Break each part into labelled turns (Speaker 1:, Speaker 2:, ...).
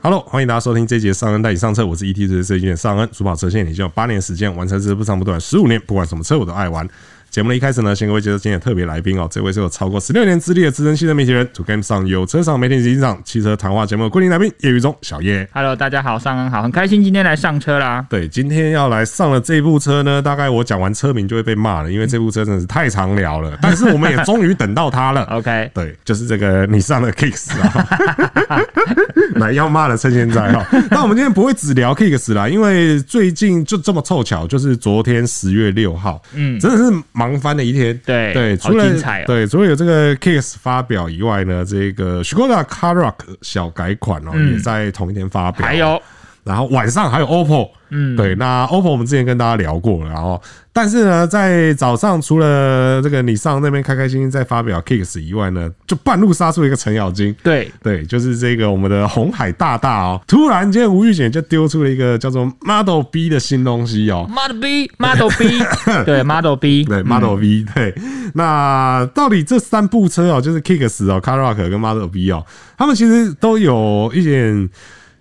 Speaker 1: Hello，欢迎大家收听这一节上恩带你上车，我是 ET 最最经的上恩，主跑车线你就有八年的时间，玩车是不长不短十五年，不管什么车我都爱玩。节目的一开始呢，先各位介绍今天的特别来宾哦，这位是有超过十六年资历的资深汽车媒体人，主 Game 上有车上媒体执行长，汽车谈话节目的固定来宾业余中小叶。
Speaker 2: Hello，大家好，上恩好，很开心今天来上车啦。
Speaker 1: 对，今天要来上了这部车呢，大概我讲完车名就会被骂了，因为这部车真的是太常聊了。但是我们也终于等到它了。
Speaker 2: OK，
Speaker 1: 对，就是这个你上的 Kicks 啊， 来要骂了趁现在哈。那我们今天不会只聊 Kicks 啦，因为最近就这么凑巧，就是昨天十月六号，嗯，真的是忙翻的一天。
Speaker 2: 对
Speaker 1: 对，
Speaker 2: 好
Speaker 1: 除了
Speaker 2: 精彩哦
Speaker 1: 对，除了有这个 Kicks 发表以外呢，这个 Skoda Karoq 小改款哦，
Speaker 2: 嗯
Speaker 1: 也在同一天发表。
Speaker 2: 还有
Speaker 1: 然后晚上还有 OPPO，嗯，对，那 OPPO 我们之前跟大家聊过了，然后但是呢，在早上除了这个你上那边开开心心在发表 Kicks 以外呢，就半路杀出一个程咬金。
Speaker 2: 对
Speaker 1: 对，就是这个我们的红海大大哦，突然间吴玉姐就丢出了一个叫做 Model B 的新东西哦，
Speaker 2: Model B，Model B，对 Model B，
Speaker 1: 对 Model V，、对，那到底这三部车哦，就是 Kicks 哦、Car Rock 跟 Model V 哦，他们其实都有一点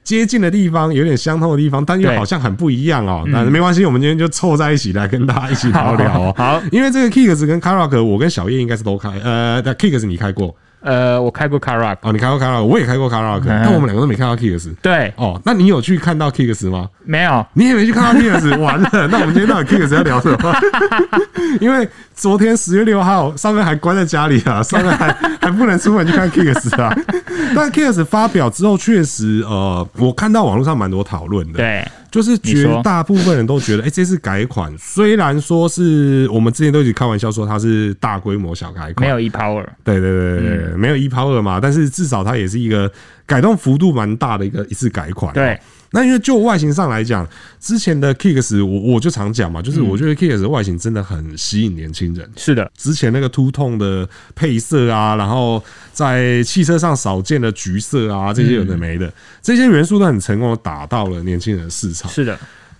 Speaker 1: 接近的地方，有点相通的地方，但又
Speaker 2: 对嗯
Speaker 1: 好像很不一样哦。但是没关系，我们今天就凑在一起来跟大家一起聊聊哦。
Speaker 2: 好好
Speaker 1: 因为这个 Kicks 跟 Car Rock，我跟小叶应该是都开，呃，但 Kicks 你开过
Speaker 2: 呃，我开过 Car Rock，
Speaker 1: 哦，你开过 Car Rock，我也开过 Car Rock，
Speaker 2: 嗯
Speaker 1: 但我们两个都没看到 Kicks。
Speaker 2: 对，
Speaker 1: 哦，那你有去看到 Kicks 吗？
Speaker 2: 没有，
Speaker 1: 你也没去看到 Kicks，完了。那我们今天到底 Kicks 要聊什么？因为昨天十月六号，上面还关在家里啊，上面还还不能出门去看 Kicks 啊。但 Kicks 发表之后，确实呃，我看到网络上蛮多讨论的，
Speaker 2: 对
Speaker 1: 就是
Speaker 2: 你
Speaker 1: 绝
Speaker 2: 说
Speaker 1: 大部分人都觉得，哎、这次改款虽然说是我们之前都一直开玩笑说它是大规模小改款，
Speaker 2: 没有 E Power，
Speaker 1: 对对对对对，没有 e power 嘛，但是至少它也是一个改动幅度蛮大的一个一次改款。啊
Speaker 2: 对，
Speaker 1: 那因为就外形上来讲，之前的 Kicks 我我就常讲嘛，就是我觉得 Kicks 的外形真的很吸引年轻人。
Speaker 2: 是的，
Speaker 1: 之前那个凸痛的配色啊，然后在汽车上少见的橘色啊，这些有的没的，这些元素都很成功的打到了年轻人的市场。
Speaker 2: 是的，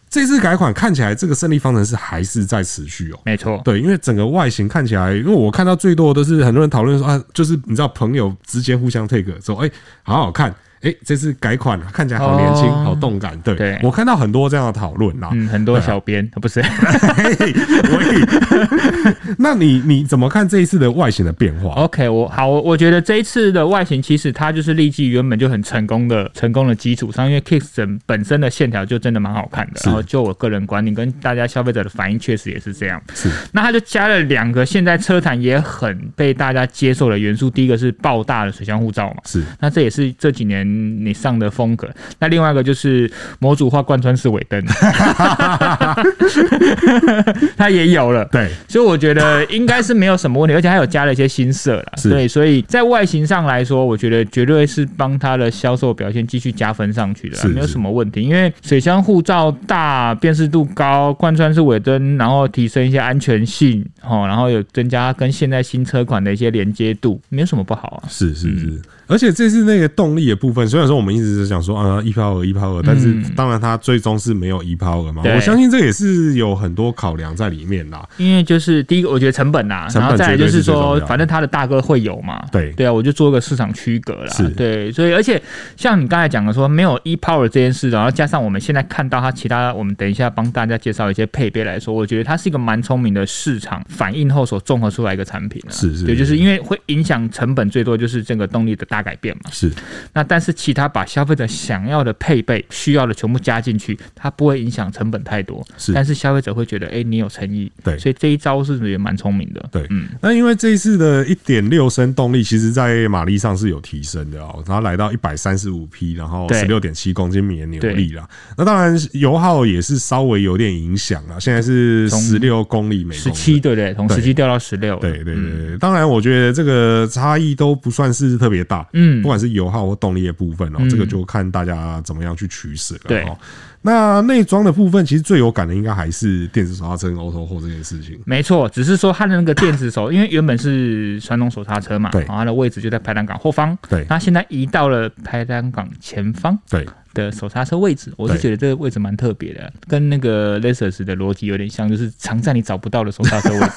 Speaker 1: 这次改款看起来，这个胜利方程式还是在持续哦。
Speaker 2: 没错，
Speaker 1: 对，因为整个外形看起来，因为我看到最多的是很多人讨论说啊，就是你知道朋友之间互相 take 说，哎、好好看，哎、这次改款看起来好年轻、
Speaker 2: 哦
Speaker 1: 好动感。对
Speaker 2: 对
Speaker 1: 我看到很多这样的讨论啦。
Speaker 2: 嗯，很多小编不是，
Speaker 1: 嘿嘿喂 那你你怎么看这一次的外形的变化？
Speaker 2: OK，我好，我我觉得这一次的外形其实它就是立基于原本就很成功的成功的基础上，因为 Kicks 整本身的线条就真的蛮好看的。然后就我个人观点跟大家消费者的反应确实也是这样。
Speaker 1: 是，
Speaker 2: 那它就加了两个现在车坛也很被大家接受的元素，第一个是爆大的水箱护罩嘛。
Speaker 1: 是
Speaker 2: 那这也是这几年你上的风格。那另外一个就是模组化贯穿式尾灯， 它也有了。
Speaker 1: 对，
Speaker 2: 所以我觉得应该是没有什么问题，而且还有加了一些新色啦。
Speaker 1: 是
Speaker 2: 对，所以在外形上来说，我觉得绝对是帮它的销售表现继续加分上去的啦
Speaker 1: 是，
Speaker 2: 没有
Speaker 1: 是
Speaker 2: 什么问题。因为水箱护罩大、辨识度高、贯穿式尾灯，然后提升一些安全性，哦，然后有增加跟现在新车款的一些连接度，没有什么不好啊。
Speaker 1: 是是是，而且这次那个动力的部分，虽然说我们一直是想说啊一抛二一抛二，但是当然它最终是没有一抛二嘛，
Speaker 2: 嗯对
Speaker 1: 我相信这也是有很多考量在里面啦。
Speaker 2: 因为就是第一个，我觉得成本呐、
Speaker 1: 成本
Speaker 2: 然后再来就
Speaker 1: 绝对
Speaker 2: 是
Speaker 1: 是最重要
Speaker 2: 说，
Speaker 1: 的
Speaker 2: 反正它的大哥会有嘛，
Speaker 1: 对
Speaker 2: 对啊，我就做个市场区隔啦
Speaker 1: 是，
Speaker 2: 对，所以而且像你刚才讲的说没有 e power 这件事，然后加上我们现在看到它其他，我们等一下帮大家介绍一些配备来说，我觉得它是一个蛮聪明的市场反应后所综合出来一个产品、啊，
Speaker 1: 是是
Speaker 2: 对，
Speaker 1: 是
Speaker 2: 就是因为会影响成本最多就是整个动力的大改变嘛，
Speaker 1: 是
Speaker 2: 那但是其他把消费者想要的配备、需要的全部加进去，它不会影响成本太多。
Speaker 1: 是
Speaker 2: 但是消费者会觉得，哎、你有诚意。
Speaker 1: 对
Speaker 2: 所以这一招是也蛮聪明的。
Speaker 1: 对，那因为这一次的一点六升动力，其实在马力上是有提升的哦，然后来到一百三十五匹，然后
Speaker 2: 对
Speaker 1: 十六点七公斤米的扭力啦。那当然油耗也是稍微有点影响啊，现在是
Speaker 2: 从
Speaker 1: 十六公里每公
Speaker 2: 十
Speaker 1: 里
Speaker 2: 七嗯对不对？从
Speaker 1: 对
Speaker 2: 十七掉到十六。
Speaker 1: 对对对对，当然我觉得这个差异都不算是特别大，
Speaker 2: 嗯
Speaker 1: 不管是油耗或动力的部分哦、
Speaker 2: 嗯
Speaker 1: 这个就看大家怎么样去取舍了、哦。
Speaker 2: 对
Speaker 1: 那内装的部分，其实最有感的应该还是电子手刹车跟 auto hold 这件事情。
Speaker 2: 没错，只是说它的那个电子手，因为原本是传统手刹车嘛，哦
Speaker 1: 对
Speaker 2: 然后它的位置就在排挡杆后方，
Speaker 1: 对
Speaker 2: 那现在移到了排挡杆前方
Speaker 1: 对，
Speaker 2: 的手刹车位置，我是
Speaker 1: 对
Speaker 2: 觉得这个位置蛮特别的，跟那 个 Lexus 的逻辑有点像，就是常在你找不到的手刹车位置。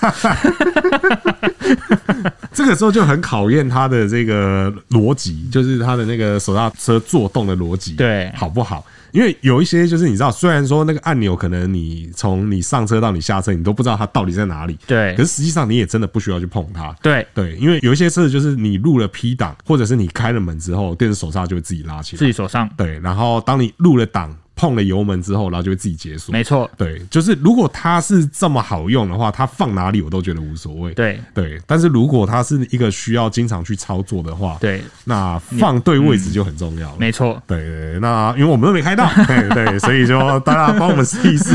Speaker 1: 这个时候就很考验它的这个逻辑，就是它的那个手刹车做动的逻辑，
Speaker 2: 对
Speaker 1: 好不好？因为有一些就是你知道，虽然说那个按钮可能你从你上车到你下车，你都不知道它到底在哪里，
Speaker 2: 对
Speaker 1: 可是实际上你也真的不需要去碰它，
Speaker 2: 对，
Speaker 1: 对，因为有一些车就是你入了 P 档，或者是你开了门之后，电子手刹就会自己拉起
Speaker 2: 自
Speaker 1: 来，
Speaker 2: 己手上，
Speaker 1: 对，然后当你入了档。碰了油门之后，然后就会自己结束。
Speaker 2: 没错，
Speaker 1: 对，就是如果它是这么好用的话，它放哪里我都觉得无所谓。
Speaker 2: 对
Speaker 1: 对，但是如果它是一个需要经常去操作的话，，
Speaker 2: 对，
Speaker 1: 那放对位置就很重要了。
Speaker 2: 没错，
Speaker 1: 对对，对那因为我们都没开到，对对，所以就大家帮我们试一试。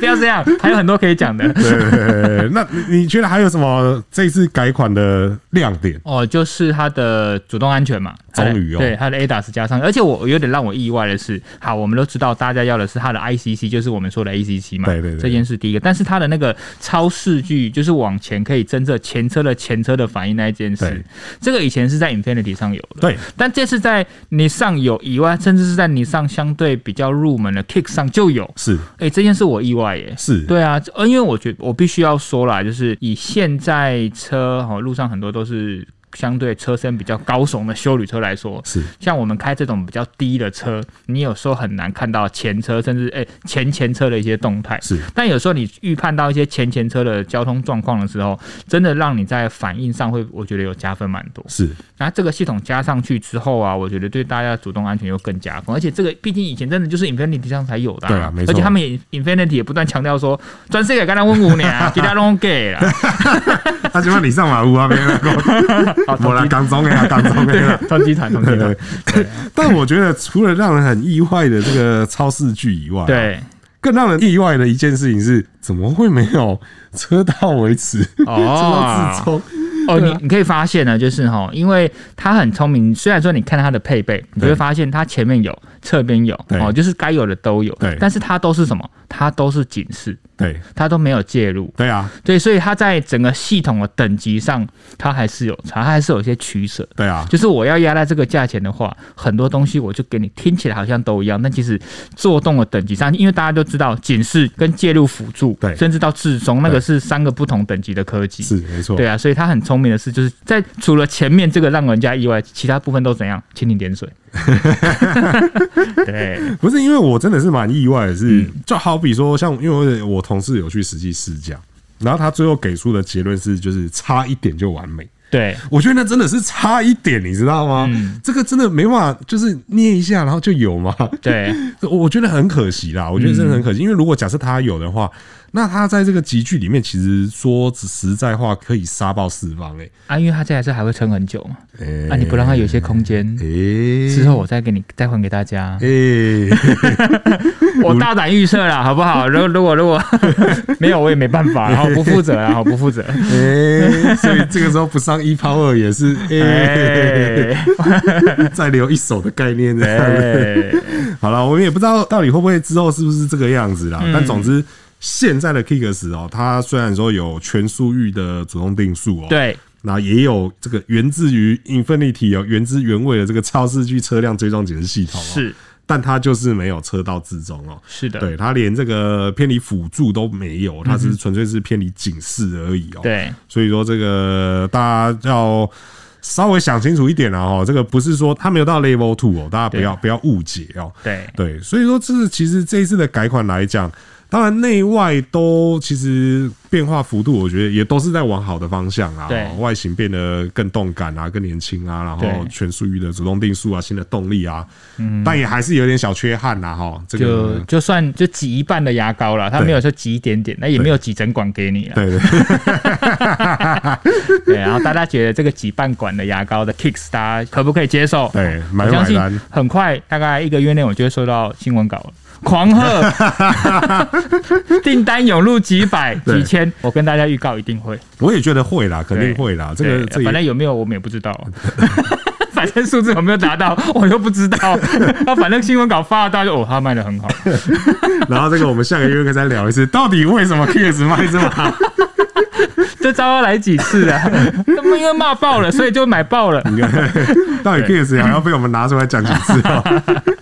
Speaker 2: 不要这样，还有很多可以讲的。
Speaker 1: 对对对，对那你你觉得还有什么这次改款的亮点？
Speaker 2: 哦，就是它的主动安全嘛，它的
Speaker 1: 终于哦
Speaker 2: 对它的 ADAS 加上，而且我有点让我意外的是，好，我们都知道大家要的是它的 ICC，就是我们说的 ACC 嘛，
Speaker 1: 对对对
Speaker 2: 这件事第一个，但是它的那个超视距，就是往前可以侦测前车的前车的反应那一件
Speaker 1: 对
Speaker 2: 事，这个以前是在 Infinity 上有的，
Speaker 1: 对，
Speaker 2: 但这次在你上有以外，甚至是在你上相对比较入门的 Kick 上就有，
Speaker 1: 是
Speaker 2: 哎、这件事我意外耶，
Speaker 1: 是，
Speaker 2: 对啊，呃，因为我觉我必须要说啦，就是以现在车哈、哦、路上很多都是相对车身比较高耸的修旅车来说，
Speaker 1: 是
Speaker 2: 像我们开这种比较低的车，你有时候很难看到前车甚至哎、前前车的一些动态。
Speaker 1: 是
Speaker 2: 但有时候你预判到一些前前车的交通状况的时候，真的让你在反应上会，我觉得有加分蛮多。
Speaker 1: 是，
Speaker 2: 那这个系统加上去之后啊，我觉得对大家主动安全又更加分，而且这个毕竟以前真的就是 Infinity 上才有的、
Speaker 1: 对啊没错
Speaker 2: 而且他们也 Infinity 也不断强调说，专世界刚才问五年啊， 其他拢给啦，
Speaker 1: 他就让你上马路啊，没有
Speaker 2: 好，
Speaker 1: 我来
Speaker 2: 集
Speaker 1: 刚中 A 啊，刚中 A 啊。
Speaker 2: 同集团同集团，啊
Speaker 1: 但我觉得除了让人很意外的这个超视距以外，，
Speaker 2: 对，
Speaker 1: 更让人意外的一件事情是，怎么会没有车道维持？ 车
Speaker 2: 哦
Speaker 1: 道自冲，
Speaker 2: 哦，
Speaker 1: 对
Speaker 2: 你
Speaker 1: 啊
Speaker 2: 你可以发现呢，就是哈，因为它很聪明，虽然说你看它的配备，你就会发现它前面有，侧边有，
Speaker 1: 对
Speaker 2: 哦，就是该有的都有
Speaker 1: 对，
Speaker 2: 但是它都是什么？它都是警示，
Speaker 1: 对
Speaker 2: 它都没有介入。
Speaker 1: 对啊，
Speaker 2: 对，所以它在整个系统的等级上，它还是有差，它还是有一些取舍。
Speaker 1: 对啊，
Speaker 2: 就是我要压在这个价钱的话，很多东西我就给你听起来好像都一样，但其实做动的等级上，因为大家都知道警示跟介入辅助，
Speaker 1: 对
Speaker 2: 甚至到至中那
Speaker 1: 对
Speaker 2: 个是三个不同等级的科技。
Speaker 1: 是没错，
Speaker 2: 对啊，所以它很聪明的是，就是在除了前面这个让人家意外，其他部分都怎样蜻 蜓点水。对，
Speaker 1: 不是因为我真的是蛮意外的是，
Speaker 2: 嗯
Speaker 1: 就好比说像，因为我同事有去实际试驾，然后他最后给出的结论是，就是差一点就完美。
Speaker 2: 对，
Speaker 1: 我觉得那真的是差一点，你知道吗？
Speaker 2: 嗯
Speaker 1: 这个真的没办法，就是捏一下然后就有吗？
Speaker 2: 对，
Speaker 1: 我觉得很可惜
Speaker 2: 嗯
Speaker 1: 啦，我觉得真的很可惜，因为如果假设他有的话，那他在这个集聚里面，其实说实在话，可以杀爆四方哎、
Speaker 2: 啊，因为它这台车还会撑很久嘛，
Speaker 1: 欸，
Speaker 2: 啊，你不让它有一些空间，
Speaker 1: 诶、
Speaker 2: 之后我再给你再还给大家。
Speaker 1: 诶、
Speaker 2: 我大胆预测啦，好不好？如果如果如 果没有，我也没办法，然后不负责啊，好不负 责。
Speaker 1: 诶，欸 所以这个时候不上一抛二也是诶、
Speaker 2: 哎
Speaker 1: 再留一手的概念这样子。
Speaker 2: 哎，
Speaker 1: 好了，我们也不知道到底会不会之后是不是这个样子啦。
Speaker 2: 嗯
Speaker 1: 但总之，现在的 Kicks 哦，它虽然说有全速域的主动定速哦，，
Speaker 2: 对
Speaker 1: 那也有这个源自于 Infinity 哦，原汁原味的这个超视距车辆追踪解释系统、哦，
Speaker 2: 是，
Speaker 1: 但它就是没有车道自中哦。
Speaker 2: 是的，
Speaker 1: 对，它连这个偏离辅助都没有，它只是纯粹是偏离警示而已哦。
Speaker 2: 对
Speaker 1: 所以说这个大家要稍微想清楚一点啊哦，这个不是说它没有到 Level Two 哦，大家不要不要误解哦。
Speaker 2: 对
Speaker 1: 对，所以说这是其实这一次的改款来讲，当然内外都其实变化幅度，我觉得也都是在往好的方向啊。
Speaker 2: 对
Speaker 1: 哦外形变得更动感啊，更年轻啊，然后
Speaker 2: 对嗯
Speaker 1: 全速域的主动定速啊，新的动力啊，但也还是有点小缺憾呐、哈，这
Speaker 2: 就
Speaker 1: 个。
Speaker 2: 就算就挤一半的牙膏了，它
Speaker 1: 对
Speaker 2: 没有说挤一点点，那也没有挤整管给你了。
Speaker 1: 对对
Speaker 2: 对，然后大家觉得这个挤半管的牙膏的 Kicks，大家可不可以接受？
Speaker 1: 对，买
Speaker 2: 我
Speaker 1: 不
Speaker 2: 相
Speaker 1: 买
Speaker 2: 信
Speaker 1: 单，
Speaker 2: 很快，大概一个月内，我就会收到新闻稿了。狂贺， 订单涌入几百、
Speaker 1: 对
Speaker 2: 几千，我跟大家预告一定会。
Speaker 1: 我也觉得会啦，肯定
Speaker 2: 对
Speaker 1: 会啦。这个
Speaker 2: 对
Speaker 1: 这也
Speaker 2: 反正有没有我们也不知道。 反正数字有没有达到， 我又不知道。那反正新闻稿发了，大家就哦，他卖的很好。
Speaker 1: 然后这个我们下个月可以再聊一次，到底为什么 Kiss 卖这么好？
Speaker 2: 这招要来几次 啊？他们因为骂爆了，所以就买爆了。
Speaker 1: 到底 Kiss 还要被我们拿出来讲几次哦？啊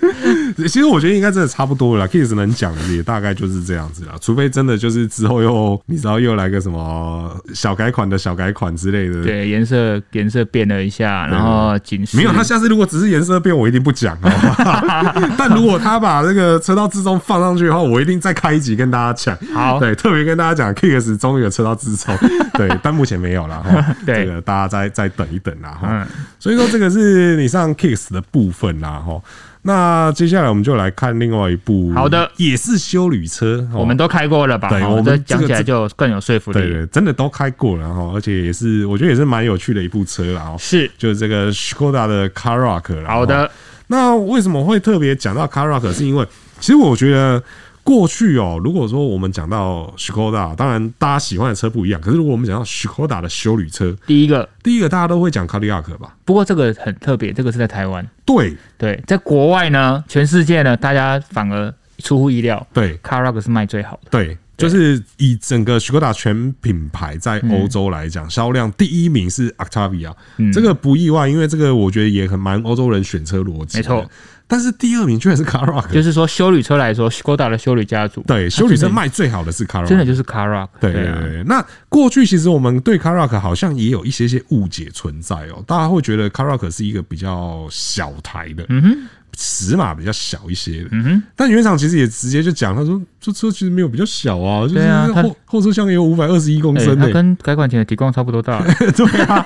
Speaker 1: 其实我觉得应该真的差不多了啦，Kiss 能讲的也大概就是这样子了，除非真的就是之后又你知道又来个什么小改款的小改款之类的。
Speaker 2: 对，颜色颜色变了一下，然后警示
Speaker 1: 没有，他下次如果只是颜色变，我一定不讲，好不 好但如果他把这个车道自重放上去的话，我一定再开一集跟大家讲。
Speaker 2: 好
Speaker 1: 对，特别跟大家讲，Kiss 终于有车道自重，对，但目前没有了。哈
Speaker 2: 对
Speaker 1: 这个大家再再等一等啦。哈、
Speaker 2: 嗯
Speaker 1: 所以说这个是你上 Kiss 的部分啦，哈。那接下来我们就来看另外一部，
Speaker 2: 好的
Speaker 1: 也是修旅车，齁
Speaker 2: 我们都开过了吧？
Speaker 1: 哦对
Speaker 2: 好
Speaker 1: 我们
Speaker 2: 这
Speaker 1: 这个
Speaker 2: 讲起来就更有说服
Speaker 1: 对
Speaker 2: 力。
Speaker 1: 对，真的都开过了哈，齁而且也是我觉得也是蛮有趣的一部车啦，齁
Speaker 2: 是
Speaker 1: 就是这个 Skoda 的 c a r o c k 啦。
Speaker 2: 好
Speaker 1: 齁
Speaker 2: 的，
Speaker 1: 那为什么会特别讲到 c a r o c k 是因为其实我觉得。过去哦，如果说我们讲到 Skoda，当然大家喜欢的车不一样，可是如果我们讲到 Skoda 的修旅车，
Speaker 2: 第一个，
Speaker 1: 第一个大家都会讲 c a r i a k 吧？
Speaker 2: 不过这个很特别，这个是在台湾。
Speaker 1: 对
Speaker 2: 对，在国外呢，全世界呢，大家反而出乎意料
Speaker 1: 对，
Speaker 2: c a r a g 是卖最好的。
Speaker 1: 对，就是以整个 Skoda 全品牌在
Speaker 2: 嗯
Speaker 1: 欧洲来讲，销、量第一名是 Octavia，、这
Speaker 2: 嗯
Speaker 1: 个不意外，因为这个我觉得也很蛮欧洲人选车逻辑的，
Speaker 2: 没错
Speaker 1: 但是第二名居然是 c a r a k
Speaker 2: 就是说，修旅车来说，Skoda 的修旅家族，
Speaker 1: 对，
Speaker 2: 它
Speaker 1: 修理车
Speaker 2: 真的
Speaker 1: 卖最好的是 c a r a
Speaker 2: 真的
Speaker 1: k
Speaker 2: 就是 c a r a g
Speaker 1: 对对
Speaker 2: 啊，
Speaker 1: 对，那过去其实我们对 c a r a k 好像也有一些些误解存在哦，大家会觉得 c a r a k 是一个比较小台的，嗯哼，尺码比较小一些的，嗯哼，但原厂其实也直接就讲，他说这车其实没有比较小啊，就是
Speaker 2: 对啊它
Speaker 1: 后后车厢也有五百二十一公
Speaker 2: 哎
Speaker 1: 升
Speaker 2: 它
Speaker 1: 的、
Speaker 2: 跟改款前的体况差不多 大。
Speaker 1: 对啊，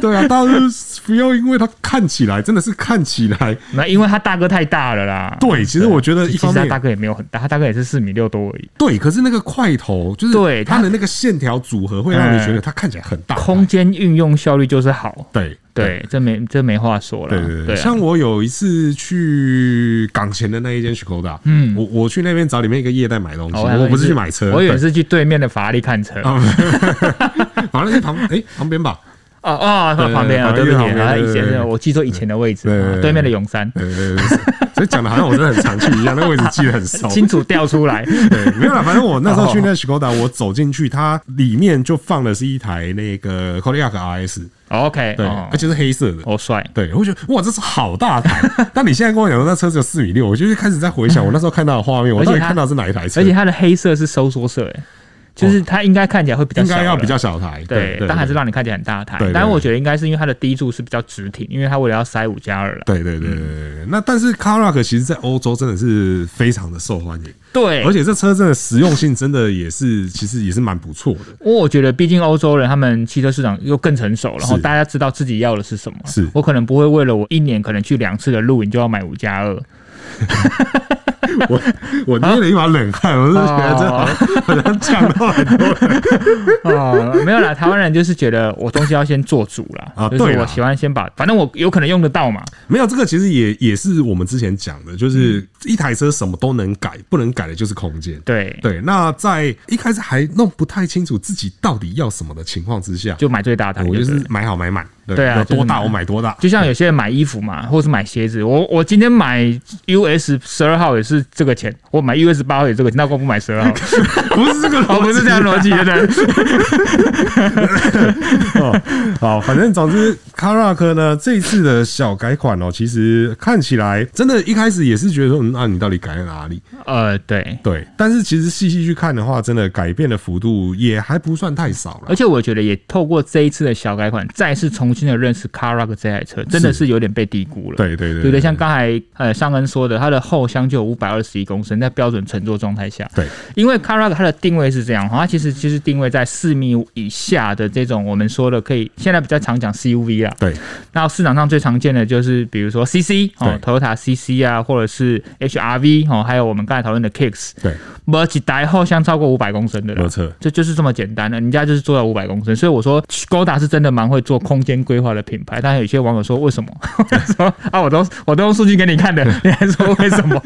Speaker 1: 对啊，大家就是不要因为它看起来真的是看起来，
Speaker 2: 那因为它大哥太大了啦。
Speaker 1: 对，其实我觉得一
Speaker 2: 其实
Speaker 1: 方
Speaker 2: 它
Speaker 1: 面
Speaker 2: 大哥也没有很大，它大哥也是四米六多而已。
Speaker 1: 对，可是那个块头就是
Speaker 2: 对它
Speaker 1: 它的那个线条组合会让你觉得它看起来很大，
Speaker 2: 空间运用效率就是好，
Speaker 1: 对。
Speaker 2: 对，这没这没话说了。
Speaker 1: 对对对，
Speaker 2: 啊
Speaker 1: 像我有一次去港前的那一间 Skoda，嗯，我我去那边找里面一个业代买东西，
Speaker 2: 哦
Speaker 1: 我不是去买车，
Speaker 2: 我以为
Speaker 1: 对
Speaker 2: 是去对面的法拉利看车。哦
Speaker 1: 反正是旁哎旁边吧，
Speaker 2: 哦，
Speaker 1: 对对
Speaker 2: 旁边啊，
Speaker 1: 对
Speaker 2: 对不起
Speaker 1: 旁边
Speaker 2: 啊，
Speaker 1: 对对
Speaker 2: 以前
Speaker 1: 对对
Speaker 2: 的我记错以前的位置啊
Speaker 1: 对对，对
Speaker 2: 对面的永山，
Speaker 1: 对对对，所以讲的好像我真的很常去一样，那个位置记得很熟，
Speaker 2: 清楚调出来。
Speaker 1: 对，没有啦，反正我那时候去那 Skoda，我
Speaker 2: 哦
Speaker 1: 走进去，它里面就放的是一台那个 Kodiaq RS，
Speaker 2: OK，
Speaker 1: 对，
Speaker 2: 哦
Speaker 1: 而且是黑色的。
Speaker 2: 哦帅，
Speaker 1: 对，我会觉得哇，这是好大台。但你现在跟我讲说那车只有四米六，我就是开始在回想我那时候看到的画面，我
Speaker 2: 嗯而且
Speaker 1: 到底
Speaker 2: 它
Speaker 1: 看到是哪一台车？
Speaker 2: 而且它的黑色是收缩色，哎，就是它应该看起来会比较
Speaker 1: 应该要
Speaker 2: 小了
Speaker 1: 比较小台，
Speaker 2: 对，但还是让你看起来很大台
Speaker 1: 对。对
Speaker 2: 但是
Speaker 1: 对
Speaker 2: 我觉得应该是因为它的低柱是比较直挺，因为它为了要塞五加二了。
Speaker 1: 对对对对对对。那但是 c a r a k 其实在欧洲真的是非常的受欢迎，
Speaker 2: 对，
Speaker 1: 而且这车真的实用性真的也是其实也是蛮不错的。
Speaker 2: 因为我觉得，毕竟欧洲人他们汽车市场又更成熟，然后
Speaker 1: 是
Speaker 2: 大家知道自己要的是什么。
Speaker 1: 是
Speaker 2: 我可能不会为了我一年可能去两次的露营就要买五加二，
Speaker 1: 我我捏了一把冷汗，我就觉得这好像好像呛到很多人。
Speaker 2: 哦，没有啦，台湾人就是觉得我东西要先做主啦，
Speaker 1: 啊
Speaker 2: 就是
Speaker 1: 对啦
Speaker 2: 我喜欢先把，反正我有可能用得到嘛。
Speaker 1: 没有，这个其实也也是我们之前讲的，
Speaker 2: 嗯
Speaker 1: 就是一台车什么都能改，不能改的就是空间。
Speaker 2: 对，
Speaker 1: 对，那在一开始还弄不太清楚自己到底要什么的情况之下，哎
Speaker 2: 就买最大台
Speaker 1: 我
Speaker 2: 对
Speaker 1: 就
Speaker 2: 了
Speaker 1: 是买好买满，对
Speaker 2: 对啊
Speaker 1: 有
Speaker 2: 就是
Speaker 1: 多
Speaker 2: 买
Speaker 1: 大我买多大。
Speaker 2: 就像有些人买衣服嘛，或是买鞋子，我我今天买 US 十二号也是这个钱，我买 US 八号也是这个钱，那我不买十 二号，
Speaker 1: 不是这个逻
Speaker 2: 哦，不是
Speaker 1: 辑
Speaker 2: 这样逻辑对不对？
Speaker 1: 哦，好，反正总之 c a r a k 呢这一次的小改款哦，其实看起来真的，一开始也是觉得说，嗯，啊，你到底改在哪里？
Speaker 2: 呃，对，
Speaker 1: 对，但是其实细细去看的话，真的改变的幅度也还不算太少了
Speaker 2: 而。且我觉得也透过这一次的小改款，再次重新的认识 c a r a g 这台车，真的是有点被低估了。
Speaker 1: 对对对
Speaker 2: 对不对？像刚才呃尚恩说的，它的后箱就有五百二十一公升，在标准乘坐状态下，
Speaker 1: 对，
Speaker 2: 因为 c a r a g 它的定位是这样，它其实其实定位在四米五以下的这种我们说的可以现在比较常讲 CUV 啊，
Speaker 1: 对
Speaker 2: 那市场上最常见的就是比如说 CC
Speaker 1: 对
Speaker 2: 哦，Toyota CC 啊，或者是 HRV 哦，还有我们刚才讨论的 Kicks，
Speaker 1: 对，
Speaker 2: 没几台后箱超过五百公升的啦
Speaker 1: 没错
Speaker 2: 这就是这么简单的，人家就是做到五百公升，所以我说 Skoda 是真的蛮会做空间规划的品牌，但有些网友说为什么？ 我说啊，我都我都用数据给你看的，你还说为什么？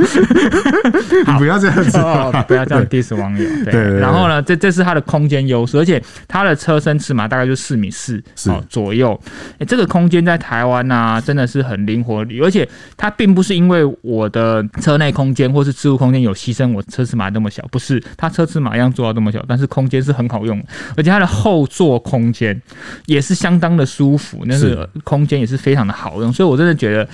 Speaker 1: 你不要这样子。
Speaker 2: 哦，不要这样 diss 网友。
Speaker 1: 对
Speaker 2: 对，
Speaker 1: 对
Speaker 2: 然后呢，这这是它的空间优势，而且它的车身尺码大概就四米四
Speaker 1: 是
Speaker 2: 哦左右、诶这个空间在台湾啊，真的是很灵活，而且它并不是因为我的车内空间或是置物空间有牺牲，我车尺码那么小，不是，它车尺码一样做到这么小，但是空间是很好用，而且它的后座空间也是相当的舒服，那
Speaker 1: 是
Speaker 2: 个空间也是非常的好用，所以我真的觉得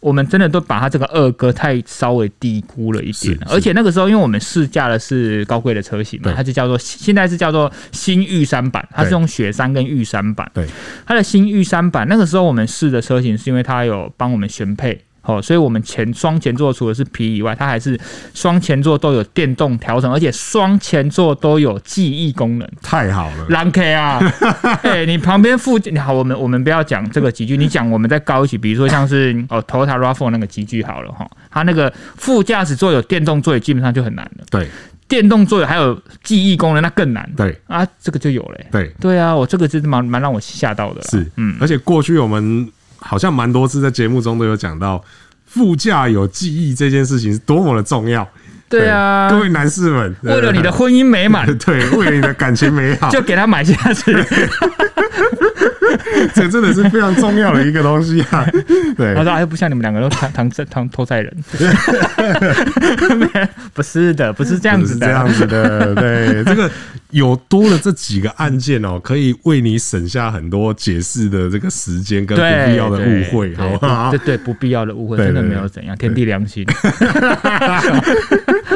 Speaker 2: 我们真的都把它这个二哥太稍微低估了一点了
Speaker 1: 是，是
Speaker 2: 而且那个时候因为我们试驾的是高贵的车型嘛
Speaker 1: 对，
Speaker 2: 它就叫做现在是叫做新玉山版，它是
Speaker 1: 对
Speaker 2: 用雪山跟玉山版。
Speaker 1: 对，
Speaker 2: 它的新玉山版，那个时候我们试的车型是因为它有帮我们选配。哦，所以我们前双前座除了是皮以外，它还是双前座都有电动调整，而且双前座都有记忆功能。
Speaker 1: 太好了，
Speaker 2: 狼 K 啊，哎、你旁边附近好，我们我们不要讲这个集具，你讲我们再高一级，比如说像是哦 Toyota RAV4 那个集具好了哈，它那个副驾驶座有电动座椅，基本上就很难了。
Speaker 1: 对
Speaker 2: 电动座椅还有记忆功能，那更难。
Speaker 1: 对
Speaker 2: 啊，这个就有了欸、
Speaker 1: 对
Speaker 2: 对啊，我这个真的蛮蛮让我吓到的啦。
Speaker 1: 是，嗯，而且过去我们好像蛮多次在节目中都有讲到。副驾有记忆这件事情是多么的重要，
Speaker 2: 对啊，
Speaker 1: 各位男士们，
Speaker 2: 为了你的
Speaker 1: 呃
Speaker 2: 婚姻美满，
Speaker 1: 对，为了你的感情美好，
Speaker 2: 就给他买下去。
Speaker 1: 这真的是非常重要的一个东西 啊。对
Speaker 2: 他，说：“哎，不像你们两个都唐唐唐偷 菜人。”不是的，不是这样
Speaker 1: 就
Speaker 2: 子
Speaker 1: 是这
Speaker 2: 的
Speaker 1: 样。子的，对，这个有多了这几个案件哦，可以为你省下很多解释的这个时间跟
Speaker 2: 对，
Speaker 1: 不必要的误会，
Speaker 2: 对
Speaker 1: 好不好
Speaker 2: 对？对，不必要的误会，
Speaker 1: 对
Speaker 2: 真的
Speaker 1: 对
Speaker 2: 没有怎样，天地良 心。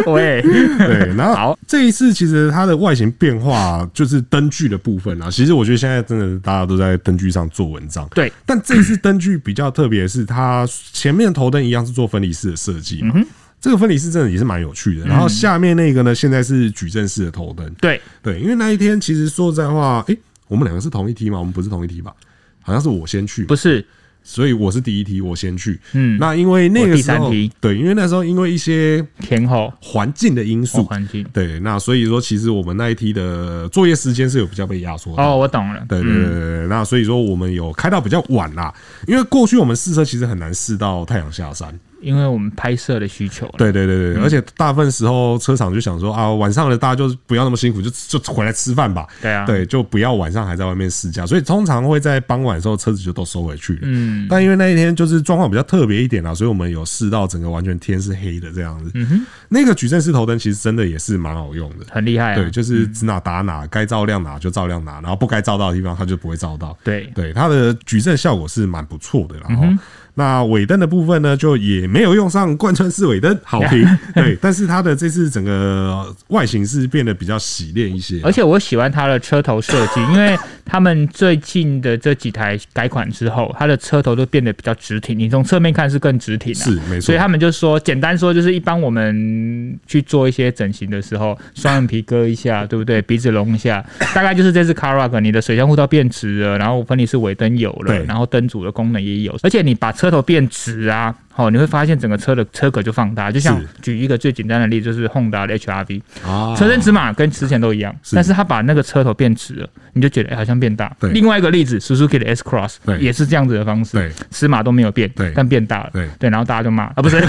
Speaker 2: 喂，
Speaker 1: 对，然后这一次其实它的外形变化就是灯具的部分啊，其实我觉得现在真的大家都在灯具上做文章，
Speaker 2: 对
Speaker 1: 但这一次灯具比较特别，的是它前面头灯一样是做分离式的设计嘛。
Speaker 2: 嗯
Speaker 1: 这个分离式真的也是蛮有趣的，然后下面那个呢，现在是矩阵式的头灯，
Speaker 2: 对，
Speaker 1: 对，因为那一天其实说实在话，诶，我们两个是同一梯吗？我们不是同一梯吧？好像是我先去，
Speaker 2: 不是
Speaker 1: 所以我是第一梯，我先去。
Speaker 2: 嗯
Speaker 1: 那因为那
Speaker 2: 我
Speaker 1: 个
Speaker 2: 第
Speaker 1: 时
Speaker 2: 三
Speaker 1: 候
Speaker 2: 梯，
Speaker 1: 对，因为那时候因为一些
Speaker 2: 天后
Speaker 1: 环境的因
Speaker 2: 哦
Speaker 1: 素，
Speaker 2: 环境。
Speaker 1: 对，那所以说其实我们那一梯的作业时间是有比较被压缩的。
Speaker 2: 哦，我懂了。
Speaker 1: 对对对对对，那所以说我们有开到比较晚啦，因为过去我们试车其实很难试到太阳下山。
Speaker 2: 因为我们拍摄的需求了。
Speaker 1: 对对对对，而且大部分时候车厂就想说啊，晚上的大家就是不要那么辛苦，就就回来吃饭吧。
Speaker 2: 对啊
Speaker 1: 对，就不要晚上还在外面试驾，所以通常会在傍晚的时候车子就都收回去了。嗯，但因为那一天就是状况比较特别一点啦，所以我们有试到整个完全天是黑的这样子。嗯哼，那个矩阵式头灯其实真的也是蛮好用的。
Speaker 2: 很厉害、啊。
Speaker 1: 对，就是指哪打哪，该照亮哪就照亮哪，然后不该照到的地方它就不会照到。
Speaker 2: 对
Speaker 1: 对，它的矩阵效果是蛮不错的啦。
Speaker 2: 嗯
Speaker 1: 然后、那尾灯的部分呢，就也没有用上贯穿式尾灯，好评。对，但是它的这次整个外形是变得比较洗练一些啦，
Speaker 2: 而且我喜欢它的车头设计，因 为他们最近的这几台改款之后，它的车头都变得比较直挺，你从侧面看是更直挺、啊。
Speaker 1: 是没错
Speaker 2: 所以。他们就说，简单说就是，一般我们去做一些整形的时候，双眼皮割一下，对不对？鼻子隆 一下，大概就是这次 Car Rock 你的水箱护罩变直了，然后分离式尾灯有了
Speaker 1: 对，
Speaker 2: 然后灯组的功能也有，而且你把车头变直啊，哦，你会发现整个车的车壳就放大。就像
Speaker 1: 是
Speaker 2: 举一个最简单的例子，就是 Honda 的 HRV，
Speaker 1: 啊
Speaker 2: 车身尺码跟之前都一样，但是他把那个车头变直了，你就觉得、哎好像变大。
Speaker 1: 对
Speaker 2: 另外一个例子，Suzuki 的 S
Speaker 1: 对
Speaker 2: Cross 也是这样子的方式，
Speaker 1: 对
Speaker 2: 尺码都没有变，
Speaker 1: 对
Speaker 2: 但变大了，
Speaker 1: 对
Speaker 2: 然后大家就骂啊，不是，
Speaker 1: 我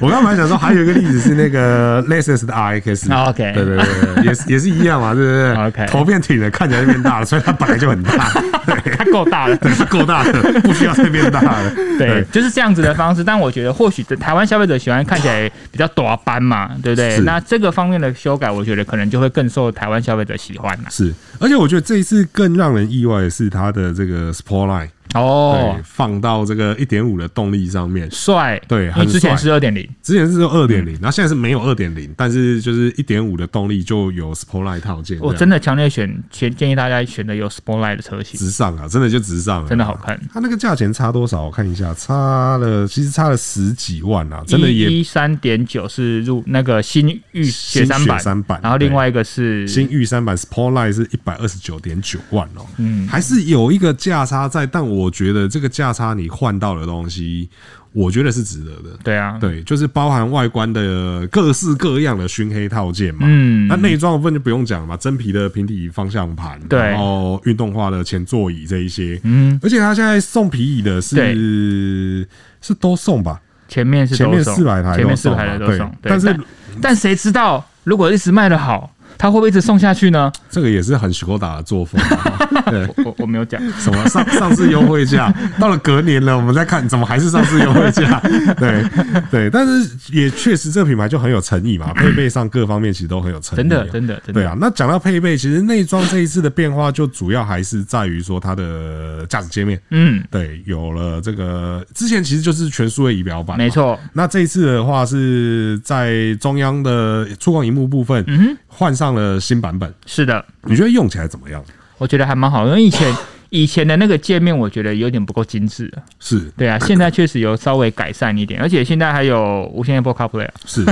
Speaker 1: 刚刚本来想说，还有一个例子是那个 Lexus 的 RX，
Speaker 2: 啊，OK
Speaker 1: 嗯对
Speaker 2: 哦
Speaker 1: 对对对，也是也是一样嘛，对不对
Speaker 2: OK
Speaker 1: 头变挺了，看起来就变大了，所以它本来就很大，
Speaker 2: 它够大了。
Speaker 1: 对，是够大的，不需要再变大了。
Speaker 2: 对，就是这样子的方式。但我觉得，或许台湾消费者喜欢看起来比较短斑嘛，对不对
Speaker 1: 是？
Speaker 2: 那这个方面的修改，我觉得可能就会更受台湾消费者喜欢啦。
Speaker 1: 是，而且我觉得这一次更让人意外的是它的这个 Sport Line，
Speaker 2: 哦
Speaker 1: 对，，放到这个一点五的动力上面。
Speaker 2: 帅，
Speaker 1: 对
Speaker 2: 因为
Speaker 1: 很
Speaker 2: 之前
Speaker 1: 帅啊
Speaker 2: 是二点零，
Speaker 1: 之前是二点
Speaker 2: 嗯
Speaker 1: 零，然后现在是没有二点零，但是就是一点五的动力就有 Sport Line 套件这样，
Speaker 2: 我哦真的强烈选，建建议大家选的有 Sportline 的车型，
Speaker 1: 直上啊，真的就直上了，
Speaker 2: 真的好看。
Speaker 1: 它那个价钱差多少？我看一下，差了，其实差了十几万啊，真的也
Speaker 2: 一三点九是入那个新玉
Speaker 1: 新
Speaker 2: 雪山版，
Speaker 1: 雪山版
Speaker 2: 然后另外一个是
Speaker 1: 新玉山版 Sport Line 是一百二十九点九万哦，嗯，还是有一个价差在，但我觉得这个价差你换到的东西，我觉得是值得的。
Speaker 2: 对啊，
Speaker 1: 对，就是包含外观的各式各样的熏黑套件嘛，
Speaker 2: 嗯
Speaker 1: 那内装的部分就不用讲了嘛，真皮的平底方向盘，
Speaker 2: 对
Speaker 1: 然后运动化的前座椅这一些，嗯，而且它现在送皮椅的
Speaker 2: 对
Speaker 1: 是是都送吧，
Speaker 2: 前面是
Speaker 1: 前
Speaker 2: 都
Speaker 1: 面
Speaker 2: 送
Speaker 1: 400台
Speaker 2: 前面
Speaker 1: 都送
Speaker 2: 四
Speaker 1: 嘛
Speaker 2: 百台都
Speaker 1: 对
Speaker 2: 送，对
Speaker 1: 但是
Speaker 2: 但但谁知道如果一直卖的好，它会不会一直送下去呢？
Speaker 1: 这个也是很 Skoda 的作风啊，对
Speaker 2: 我我我没有讲，
Speaker 1: 什么上上次优惠价，到了隔年了，我们再看怎么还是上次优惠价。对对，但是也确实这个品牌就很有诚意嘛，配备上各方面其实都很有诚意、
Speaker 2: 真的真的真
Speaker 1: 对
Speaker 2: 的。
Speaker 1: 啊，那讲到配备，其实内装这一次的变化就主要还是在于说它的驾驶界面。
Speaker 2: 嗯，
Speaker 1: 对，有了这个之前其实就是全数位仪表板，
Speaker 2: 没。错，
Speaker 1: 那这一次的话是在中央的触控荧幕部分
Speaker 2: 嗯哼，
Speaker 1: 换上了新版本，
Speaker 2: 是的，
Speaker 1: 你觉得用起来怎么样？
Speaker 2: 我觉得还蛮好，因为以前以前的那个界面，我觉得有点不够精致。
Speaker 1: 是
Speaker 2: 对啊，现在确实有稍微改善一点，而且现在还有无线电波 CarPlay，啊
Speaker 1: 是，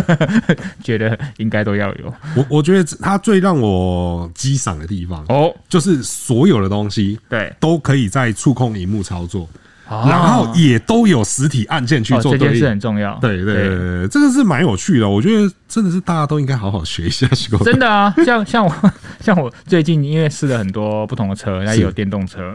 Speaker 2: 觉得应该都要有
Speaker 1: 我我觉得它最让我激赏的地方，
Speaker 2: 哦。
Speaker 1: 就是所有的东西
Speaker 2: 对，
Speaker 1: 都可以在触控荧幕操作，然
Speaker 2: 然
Speaker 1: 后也都有实体按键去
Speaker 2: 啊哦，
Speaker 1: 做
Speaker 2: 这件
Speaker 1: 对
Speaker 2: 事
Speaker 1: 应。
Speaker 2: 很重要。
Speaker 1: 对对对对，对这个是蛮有趣的，我觉得真的是大家都应该好好学一下 徐国。
Speaker 2: 真的啊，像像我 像我最近因为试了很多不同的车，那也有电动 车，